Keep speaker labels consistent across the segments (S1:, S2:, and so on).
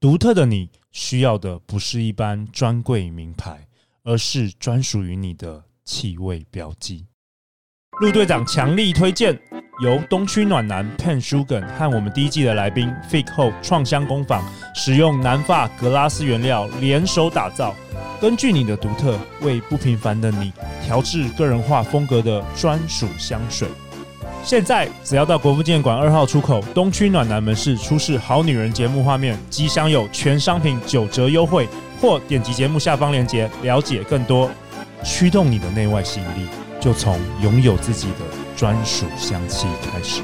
S1: 独特的你需要的不是一般专柜名牌，而是专属于你的气味标记。陆队长强力推荐由东区暖男 Pen Sugan 和我们第一季的来宾 Fig 后创香工坊使用南法格拉斯原料联手打造，根据你的独特为不平凡的你调制个人化风格的专属香水。现在只要到国父纪念馆二号出口东区暖男门市出示“好女人”节目画面，即享有全商品九折优惠，或点击节目下方链接了解更多。驱动你的内外吸引力，就从拥有自己的专属香气开始。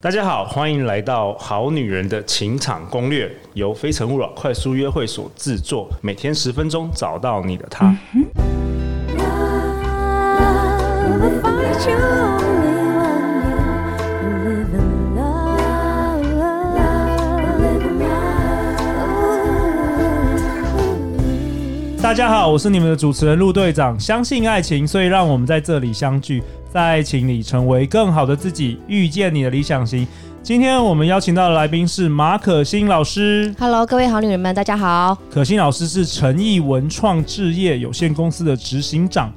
S1: 大家好，欢迎来到《好女人的情场攻略》，由非诚勿扰快速约会所制作，每天十分钟，找到你的他。
S2: Love, I find you only one you live in love, live in love.
S1: 大家好，我是你们的主持人陆队长。相信爱情，所以让我们在这里相聚，在爱情里成为更好的自己，遇见你的理想型。今天我们邀请到的来宾是马可欣老师。
S3: Hello，各位好女人们，大家好。
S1: 可欣老师是诚毅文创置业有限公司的执行长。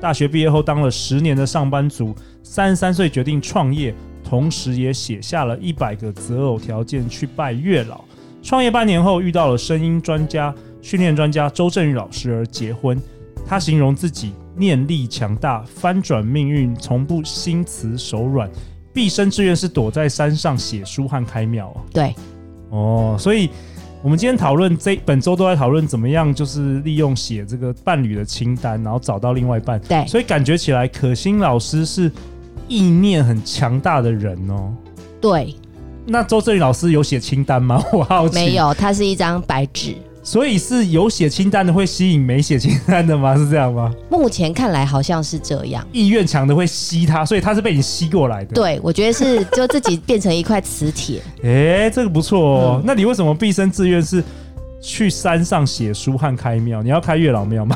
S1: 大学毕业后当了十年的上班族，三十三岁决定创业，同时也写下了一百个择偶条件去拜月老。创业半年后，遇到了声音专家、训练专家周振宇老师而结婚。他形容自己念力强大，翻转命运，从不心慈手软，毕生志愿是躲在山上写书和开庙啊。
S3: 对，
S1: 哦，所以我们今天讨论这本周都在讨论怎么样，就是利用写这个伴侣的清单，然后找到另外一半。
S3: 对
S1: 所以感觉起来，可心老师是意念很强大的人哦。
S3: 对，
S1: 那周振宇老师有写清单吗？我好奇。
S3: 没。有，它是一张白纸。
S1: 所以是有写清单的会吸引没写清单的吗？是这样吗？
S3: 目前看来好像是这样。
S1: 意愿强的会吸他，所以他是被你吸过来的。。
S3: 对，我觉得是就自己变成一块 磁铁。
S1: 哎、这个不错哦。
S3: 嗯
S1: 那你为什么毕生志愿是去山上写书和开庙？你要开月老庙吗？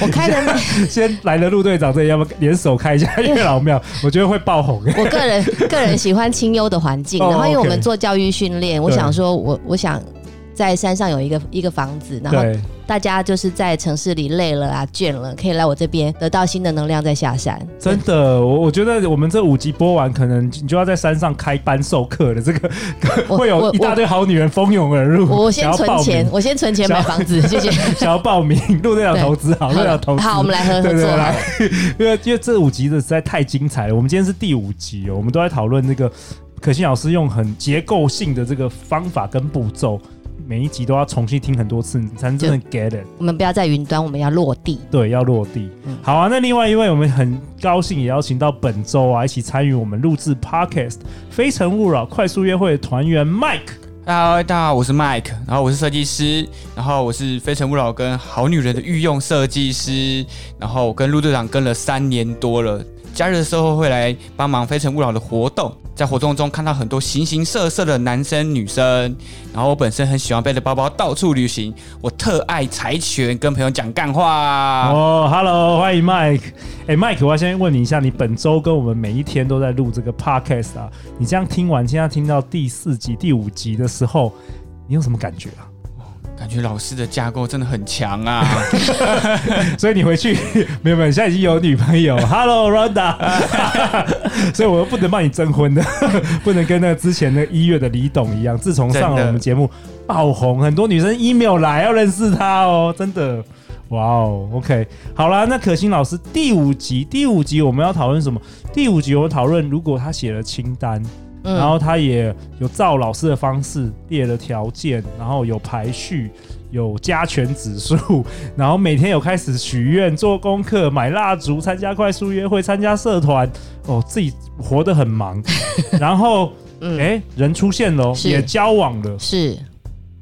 S3: 我开的那，
S1: 先来了陆队长这里，要不要联手开一下月老庙？我觉得会爆红。
S3: 我个人个人喜欢清幽的环境，
S1: 哦
S3: 然后因为我
S1: OK
S3: 们做教育训练，我
S1: 对
S3: 想说我我想。在山上有一个一个房子， 然后
S1: 对，
S3: 大家就是在城市里累了啊、倦了，可以来我这边得到新的能量，再下山。
S1: 真的，我我觉得我们这五集播完，可能你就要在山上开班授课了。这个
S3: 我
S1: 会有
S3: 我
S1: 一大堆好女人蜂拥而入，
S3: 我我
S1: 想
S3: 先
S1: 要
S3: 存
S1: 报
S3: 钱
S1: 名，，
S3: 我先存钱
S1: 想
S3: 买
S1: 要
S3: 房子，谢谢。
S1: 想要报名，陆队长
S3: 对
S1: 投资 好，陆队长投资
S3: 好，我们来合
S1: 对
S3: 合
S1: 对
S3: 作
S1: 对，
S3: 好
S1: 来
S3: 了。，
S1: 因为因为这五集的实在太精彩了。我们今天是第五集哦，我们都在讨论那个可心老师用很结构性的这个方法跟步骤，每一集都要重新听很多次，你才能真的 get it。
S3: 我们不要在云端，我们要落地。
S1: 对，要落地。
S3: 嗯
S1: 好啊，那另外一位，我们很高兴也邀请到本周啊一起参与我们录制 Podcast《非诚勿扰》快速约会的团员 Mike。
S4: Hello，大家好，我是 Mike，然后我是设计师，然后我是《非诚勿扰》跟《好女人》的御用设计师，然后我跟陆队长跟了三年多了。假日的时候会来帮忙《非诚勿扰》的活动，在活动中看到很多形形色色的男生女生，然后我本身很喜欢背着包包到处旅行，我特爱柴犬跟朋友讲干话。
S1: 哦、h e l l o 欢迎 Mike。哎、m i k e 我要先问你一下，你本周跟我们每一天都在录这个 Podcast 啊，你这样听完，现在听到第四集、第五集的时候，你有什么感觉啊？
S4: 感觉老师的架构真的很强啊！
S1: 所以你回去 没有没有，现在已经有女朋友，Hello Ronda，所以我又不能帮你征婚的，不能跟那个之前那个一月的李董一样，自从上
S4: 真
S1: 了
S4: 的
S1: 我们节目爆红，很多女生 email 来要认识他哦，真的。哇哦，OK，好啦，那可心老师第五集，第五集我们要讨论什么？第五集我们讨论，如果他写了清单，
S3: 嗯
S1: 然后他也有照老师的方式列了条件，然后有排序，有加权指数，然后每天有开始许愿、做功课、买蜡烛、参加快速约会、参加社团，哦，自己活得很 忙。然后，哎、
S3: 嗯
S1: 人出现了哦，
S3: 是
S1: 也交往了，
S3: 是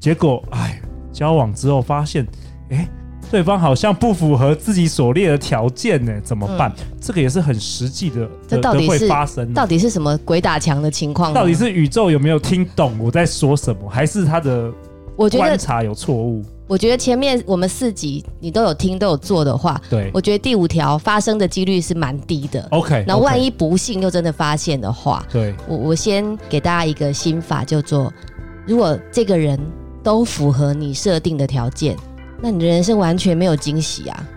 S1: 结果，哎，交往之后发现，哎，对方好像不符合自己所列的条件呢，怎么办？这个也是很实际的，
S3: 嗯这
S1: 的
S3: 到底
S1: 的会
S3: 是
S1: 发生的啊
S3: 到底是什么鬼打墙的情况呢？
S1: 嗯到底是宇宙有没有听懂我在说什么，还是他的
S3: 我觉
S1: 观
S3: 得，
S1: 察有错误？
S3: 我觉得前面我们四集你都有听都有做的话，
S1: 对哦
S3: 我觉得第五条发生的几率是蛮低的。
S1: ，OK。
S3: 然后万一不幸又真的发现的话，
S1: 对
S3: 我我先给大家一个心法，叫做如果这个人都符合你设定的条件，那你的人生完全没有惊喜啊！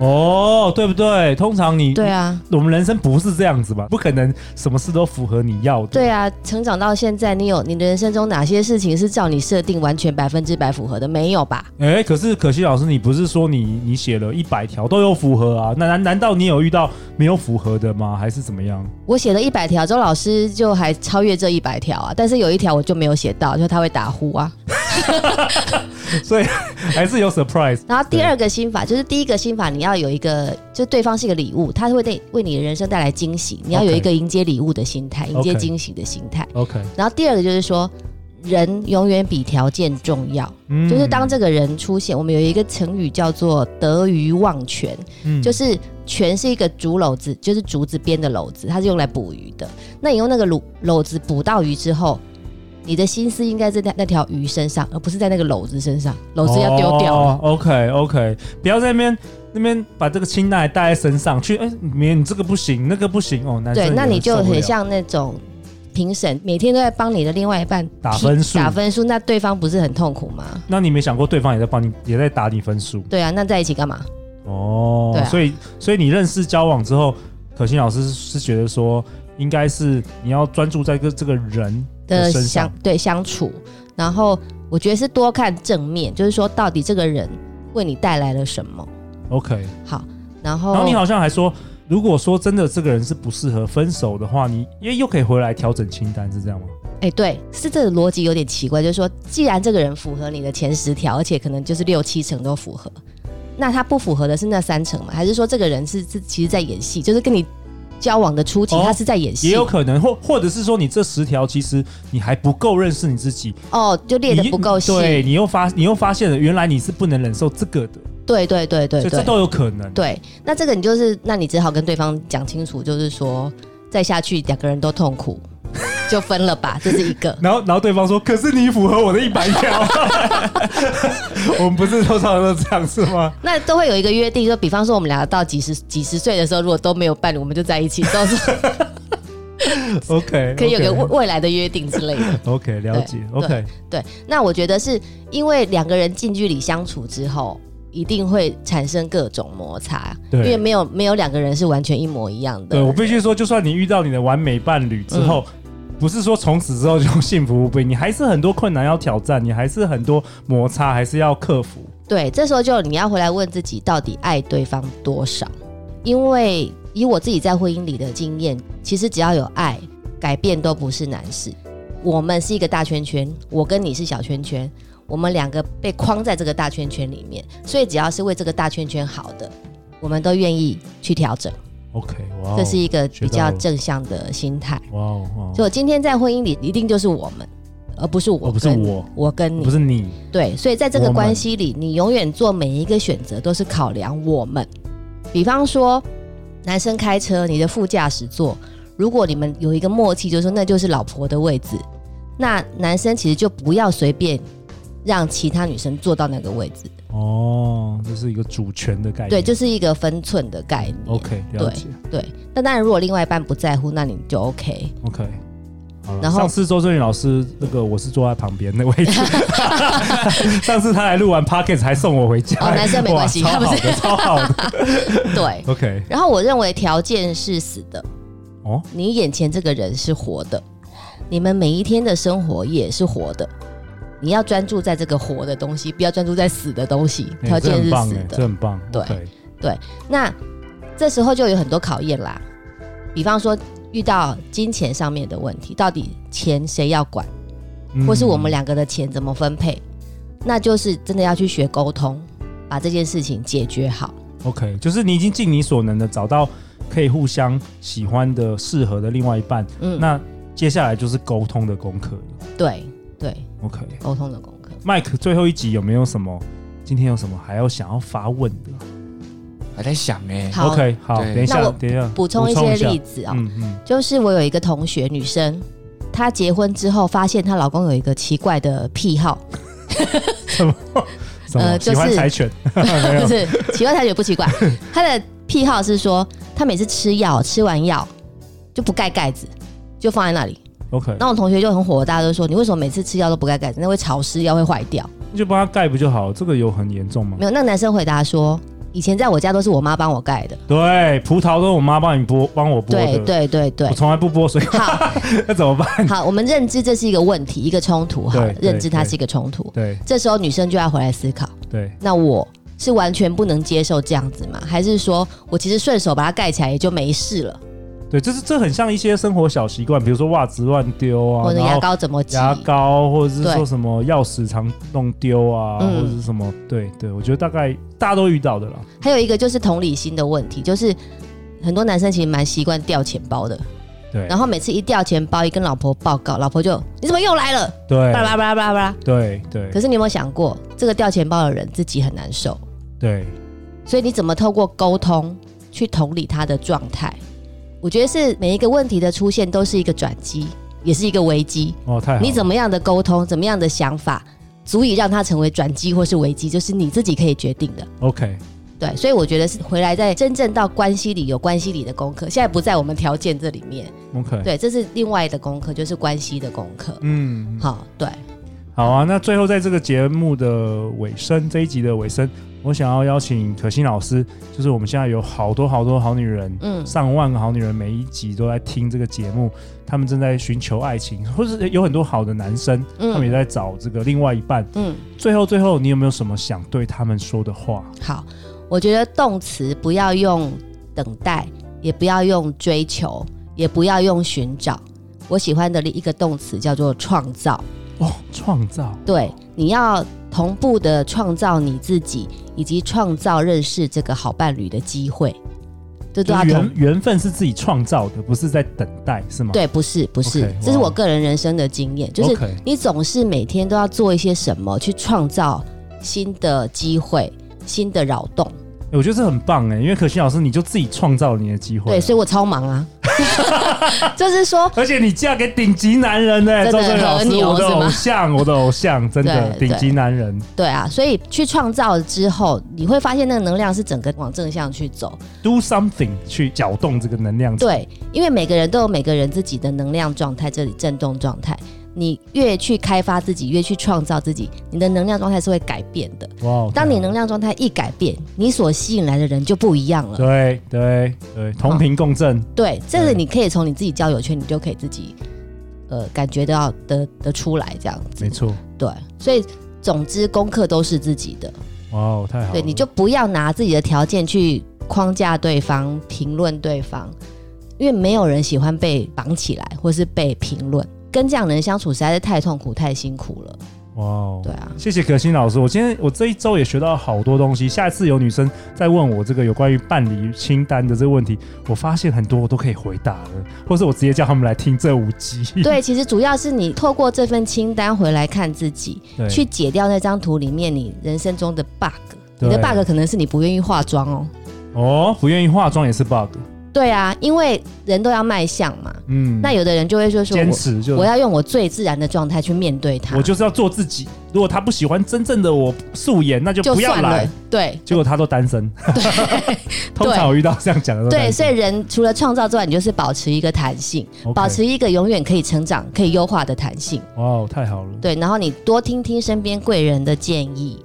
S1: 哦，对不嗯对？通常你
S3: 对，啊，
S1: 我们人生不是这样子吧？不可能什么事都符合你要的。
S3: 对啊，成长到现在，你有你的人生中哪些事情是照你设定完全百分之百符合的？没有吧？
S1: 哎、可是可惜老师，你不是说你你写了一百条都有符合啊？那难难道你有遇到没有符合的吗？还是怎么样？
S3: 我写了一百条，周老师就还超越这一百条啊，但是有一条我就没有写到，就是他会打呼啊。
S1: 所以还是有 surprise。
S3: 然后第二个心法就是第一个心法，你要有一个，就对方是一个礼物，他会对为你的人生带来惊喜，你要有
S1: OK
S3: 一个迎接礼物的心态，迎接
S1: OK
S3: 惊喜的心态。
S1: OK，
S3: 然后第二个就是说，人永远比条件重要。
S1: 嗯
S3: 就是当这个人出现，我们有一个成语叫做“得鱼忘全”，
S1: 嗯
S3: 就是全是一个竹篓子，就是竹子编的篓子，它是用来捕鱼的。那你用那个篓篓子捕到鱼之后，你的心思应该在那那条鱼身上，而不是在那个篓子身上。篓子要丢掉了。
S1: 哦、OK OK，不要在那边那边把这个青睐带在身上去。哎、没你这个不行，那个不行哦。男生
S3: 对，那
S1: 也
S3: 你就
S1: 受不
S3: 很
S1: 了
S3: 像那种评审，每天都在帮你的另外一半
S1: 打
S3: 提
S1: 分数
S3: 打分数，那对方不是很痛苦吗？
S1: 那你没想过对方也在帮你，也在打你分数
S3: 对啊，那在一起干嘛？
S1: 哦。
S3: 对啊
S1: 所以所以你认识交往之后，可心老师是是觉得说，应该是你要专注在这个这个人
S3: 的
S1: 的身上
S3: 相。对相处，然后我觉得是多看正面，就是说到底这个人为你带来了什么。
S1: OK，
S3: 好，然后
S1: 然后你好像还说，如果说真的这个人是不适合分手的话，你因为又可以回来调整清单，是这样吗？
S3: 哎、对，是这个逻辑有点奇怪，就是说，既然这个人符合你的前十条，而且可能就是六七成都符合，那他不符合的是那三成吗？还是说这个人是是其实在演戏，就是跟你交往的初期、
S1: 哦
S3: 他是在演
S1: 也
S3: 戏
S1: 有？可能，或或者是说，你这十条其实你还不够认识你自己，
S3: 哦，就列的
S1: 你
S3: 不够细，
S1: 对你又发你又发现了，原来你是不能忍受这个的，
S3: 对对对对
S1: 所以这
S3: 对。
S1: 都有可能。
S3: 对，那这个你就是，那你只好跟对方讲清楚，就是说再下去两个人都痛苦，就分了吧，这是一个。
S1: 然后，然后对方说：“可是你符合我的一百 条。”我们不是通常都这样是吗？
S3: 那都会有一个约定，就比方说我们俩到几十几十岁的时候，如果都没有伴侣，我们就在一起，到时候
S1: OK，
S3: 可以有个未未来的约定之类 的。
S1: OK 了解 OK
S3: 对，那我觉得是因为两个人近距离相处之后，一定会产生各种摩擦，
S1: 对
S3: 因为没有没有两个人是完全一模一样的。
S1: 对我必须说，就算你遇到你的完美伴侣之后，
S3: 嗯
S1: 不是说从此之后就幸福无比，你还是很多困难要挑战，你还是很多摩擦，还是要克服。
S3: 对，这时候就你要回来问自己，到底爱对方多少？因为以我自己在婚姻里的经验，其实只要有爱，改变都不是难事。我们是一个大圈圈，我跟你是小圈圈，我们两个被框在这个大圈圈里面，所以只要是为这个大圈圈好的，我们都愿意去调整。
S1: OK，哇哦，
S3: 这是一个
S1: 学
S3: 比
S1: 到
S3: 较
S1: 了
S3: 正向的心态。
S1: 哇哦，哇哦
S3: 就今天在婚姻里，一定就是我们，而不是我
S1: 哦不是
S3: 跟
S1: 我
S3: 我跟你
S1: 不是你
S3: 对，所以在这
S1: 我
S3: 个
S1: 们
S3: 关系里，你永远做每一个选择都是考量我们。比方说，男生开车，你的副驾驶座，如果你们有一个默契，就是说那就是老婆的位置，那男生其实就不要随便让其他女生坐到那个位置。
S1: 哦，这是一个主权的概念。
S3: 对，就是一个分寸的概念。
S1: 哎 OK，了解。
S3: 对，那当然，如果另外一半不在乎，那你 就 OK。
S1: OK。好了，
S3: 然后
S1: 上次周正宇老师那个我是坐在旁边那位 置，上次他来录完 podcast 还送我回家，
S3: 哦男生没关系
S1: 哇超好
S3: 他
S1: 的，超好的。
S3: 对，
S1: OK，
S3: 然后我认为条件是死的，
S1: 哦，
S3: 你眼前这个人是活的，你们每一天的生活也是活的。你要专注在这个活的东西，不要专注在死的东西。
S1: 哎
S3: 条
S1: 这
S3: 件
S1: 很
S3: 是
S1: 棒
S3: 死
S1: 哎，这
S3: 的，
S1: 很棒。
S3: 对
S1: OK，
S3: 那这时候就有很多考验啦。比方说，遇到金钱上面的问题，到底钱谁要管，
S1: 嗯
S3: 或是我们两个的钱怎么分配，那就是真的要去学沟通，把这件事情解决好。
S1: OK，就是你已经尽你所能的找到可以互相喜欢的、适合的另外一半，
S3: 嗯，
S1: 那接下来就是沟通的功课了。
S3: 对对，
S1: OK，
S3: 沟通的功课。
S1: Mike 最后一集有没有什么？今天有什么还要想要发问的
S4: 还在想哎、
S3: 好
S1: ？OK，好，
S4: 对
S1: 等一
S3: 那
S1: 下，
S3: 我
S1: 等一下，
S3: 补充一些
S1: 下
S3: 例子啊、
S1: 嗯嗯，
S3: 就是我有一个同学，女生，她结婚之后发现她老公有一个奇怪的癖好，
S1: 什么、
S3: 呃就
S1: 喜欢
S3: 是
S1: 柴 犬？哎
S3: 不是奇怪，她觉得不奇怪。 她的癖好是说，她每次吃药，吃完药就不盖盖子，就放在那里，
S1: OK，
S3: 那我同学就很火大，就说你为什么每次吃药都不盖盖子？那会潮湿，药会坏掉。
S1: 那就帮他盖不就好了？这个有很严重吗
S3: 没？有，那个男生回答说，以前在我家都是我妈帮我盖的。
S1: 对，葡萄都是我妈帮你剥，帮我剥的。
S3: 对对对对
S1: 我，从来不剥，所以
S3: 好
S1: 那怎么 办？
S3: 好，我们认知这是一个问题，一个冲突。好了
S1: 对，对
S3: 认知它是一个冲突。
S1: 对
S3: 这时候女生就要回来思考，
S1: 对，
S3: 那我是完全不能接受这样子吗？还是说我其实顺手把它盖起来也就没事了？
S1: 对，这是这很像一些生活小习惯，比如说袜子乱丢啊，
S3: 或者
S1: 然
S3: 牙
S1: 后
S3: 膏怎么挤？
S1: 牙膏，或者是
S3: 对
S1: 说什么钥匙常弄丢啊，
S3: 嗯
S1: 或者是什么，对对，我觉得大概大家都遇到的啦。
S3: 还有一个就是同理心的问题，就是很多男生其实蛮习惯掉钱包的，
S1: 对
S3: 然后每次一掉钱包，一跟老婆报告，老婆就你怎么又来了？
S1: 对
S3: 巴拉巴拉巴拉巴拉。
S1: 对对
S3: 可是你有没有想过，这个掉钱包的人自己很难受，
S1: 对，
S3: 所以你怎么透过沟通去同理他的状态？我觉得是每一个问题的出现都是一个转机，也是一个危机。
S1: 哦，太好了，
S3: 你怎么样的沟通，怎么样的想法，足以让它成为转机或是危机，就是你自己可以决定的。
S1: OK？
S3: 对，所以我觉得是回来在真正到关系里有关系里的功课，现在不在我们条件这里面。
S1: OK，
S3: 对，这是另外的功课，就是关系的功课。
S1: 嗯，
S3: 好，对，
S1: 好啊。那最后在这个节目的尾声，这一集的尾声，我想要邀请可心老师，就是我们现在有好多好多好女人，
S3: 嗯，
S1: 上万个好女人每一集都在听这个节目，她们正在寻求爱情，或是有很多好的男生，
S3: 嗯
S1: 他们也在找这个另外一半。
S3: 嗯，
S1: 最后，最后，你有没有什么想对他们说的话？
S3: 好，我觉得动词不要用等待，也不要用追求，也不要用寻找。我喜欢的一个动词叫做创造。
S1: 哦，创造，
S3: 对，你要同步的创造你自己，以及创造认识这个好伴侣的机会。这都
S1: 就
S3: 要
S1: 是
S3: 同
S1: 缘缘分是自己创造的，不是在等待，是吗？
S3: 对，不是不是
S1: OK，
S3: 这是
S1: 哇
S3: 我个人人生的经验，就是
S1: OK
S3: 你总是每天都要做一些什么去创造新的机会、新的扰动。
S1: 诶，我觉得这很棒哎，因为可心老师你就自己创造了你的机会啊，
S3: 对，所以我超 忙啊， 就是说。
S1: 而且你嫁给顶级男人呢、
S3: 真的
S1: 周正老
S3: 很
S1: 师，
S3: 牛
S1: 我的
S3: 是吗
S1: 偶像，我的偶像，真的
S3: 对
S1: 顶级男人。
S3: 对啊，所以去创造之后，你会发现那个能量是整个往正向去走。
S1: Do something 去搅动这个能量场，
S3: 对，因为每个人都有每个人自己的能量状态，这里震动状态。你越去开发自己，越去创造自己，你的能量状态是会改变的。
S1: 哇！哦
S3: 当你能量状态一改变，你所吸引来的人就不一样了。
S1: 对对对，同频共振，
S3: 对，这
S1: 对
S3: 个你可以从你自己交友圈，你就可以自己呃感觉到得得出来这样子
S1: 没。错。
S3: 对，所以总之功课都是自己的。
S1: 哇，哦太好了！
S3: 对，你就不要拿自己的条件去框架对方、评论对方，因为没有人喜欢被绑起来或是被评论。跟这样的人相处实在是太痛苦、太辛苦了。
S1: 哦哇，
S3: 对啊，
S1: 谢谢可心老师，我今天我这一周也学到好多东西。下一次有女生再问我这个有关于办理清单的这个问题，我发现很多我都可以回答了，或是我直接叫他们来听这五集。
S3: 对，其实主要是你透过这份清单回来看自己，
S1: 对
S3: 去解掉那张图里面你人生中的 bug。
S1: 对
S3: 你的 bug 可能是你不愿意化妆哦。
S1: 哦，不愿意化妆也是 bug。
S3: 对啊，因为人都要卖相嘛。
S1: 嗯，
S3: 那有的人就会说说
S1: 坚持就
S3: 我，我要用我最自然的状态去面对它，
S1: 我就是要做自己。如果他不喜欢真正的我素颜，那就
S3: 就
S1: 不要
S3: 算了
S1: 来。。
S3: 对，
S1: 结果他都单身， 通常我遇到这样讲的都单
S3: 对，
S1: 身，
S3: 所以人除了创造之外，你就是保持一个弹性，
S1: OK
S3: 保持一个永远可以成长、可以优化的弹性。
S1: 哇，太好了，
S3: 对，然后你多听听身边贵人的建议，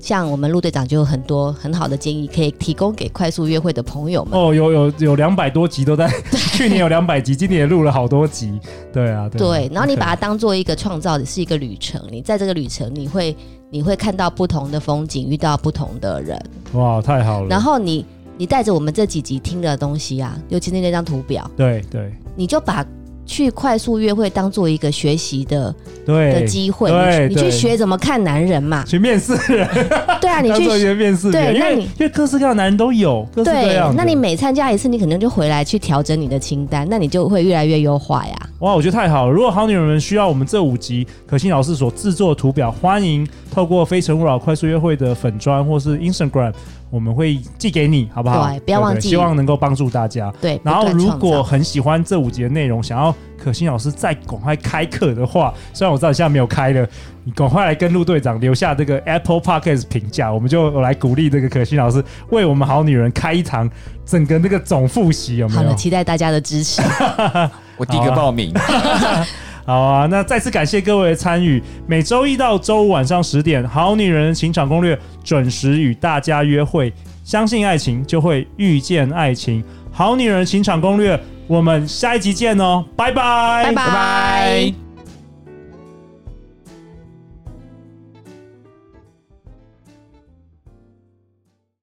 S3: 像我们陆队长就有很多很好的建议可以提供给快速约会的朋友们。
S1: 哦，有有有两百多集都在， 去年有两百集，今年也录了好多集，对啊，对啊
S3: 对，然后你
S1: OK
S3: 把它当做一个创造的是一个旅程，你在这个旅程你会你会看到不同的风景，遇到不同的人，
S1: 哇，太好了，
S3: 然后你你带着我们这几集听的东西啊，尤其是那张图表，
S1: 对对
S3: 你就把去快速约会当做一个学习的的
S1: 对，
S3: 机会，
S1: 对
S3: 你去
S1: 对。
S3: 你去学怎么看男人嘛
S1: 去面试人，
S3: 对啊，你
S1: 当做一
S3: 去
S1: 个面试人，
S3: 对
S1: 因
S3: 那
S1: 为
S3: 你
S1: 因为各式各样的男人都有，各式各
S3: 对
S1: 样的，
S3: 那你每参加一次，你可能就回来去调整你的清单，那你就会越来越优化呀。
S1: 哇，我觉得太好了！如果好女人们需要我们这五集可心老师所制作的图表，欢迎透过《非诚勿扰》快速约会的粉砖或是 Instagram，我们会寄给你，好不好？
S3: 对不要忘记
S1: 希望能够帮助大家。
S3: 对，
S1: 然后，
S3: 不断
S1: 如
S3: 创造
S1: 果很喜欢这五集的内容，想要可心老师再赶快开课的话，虽然我知道你现在没有开了，你赶快来跟陆队长留下这个 Apple Podcast 评价，我们就来鼓励这个可心老师为我们好女人开一堂整个那个总复习，有没
S3: 好
S1: 有
S3: 了，？期待大家的支持。
S4: 我第一个
S1: 好啊
S4: 报名，
S1: 好啊，那再次感谢各位的参与。每周一到周五晚上十点，《好女人情场攻略》准时与大家约会。相信爱情，就会遇见爱情。《好女人情场攻略》，我们下一集见哦，拜拜，
S3: 拜拜。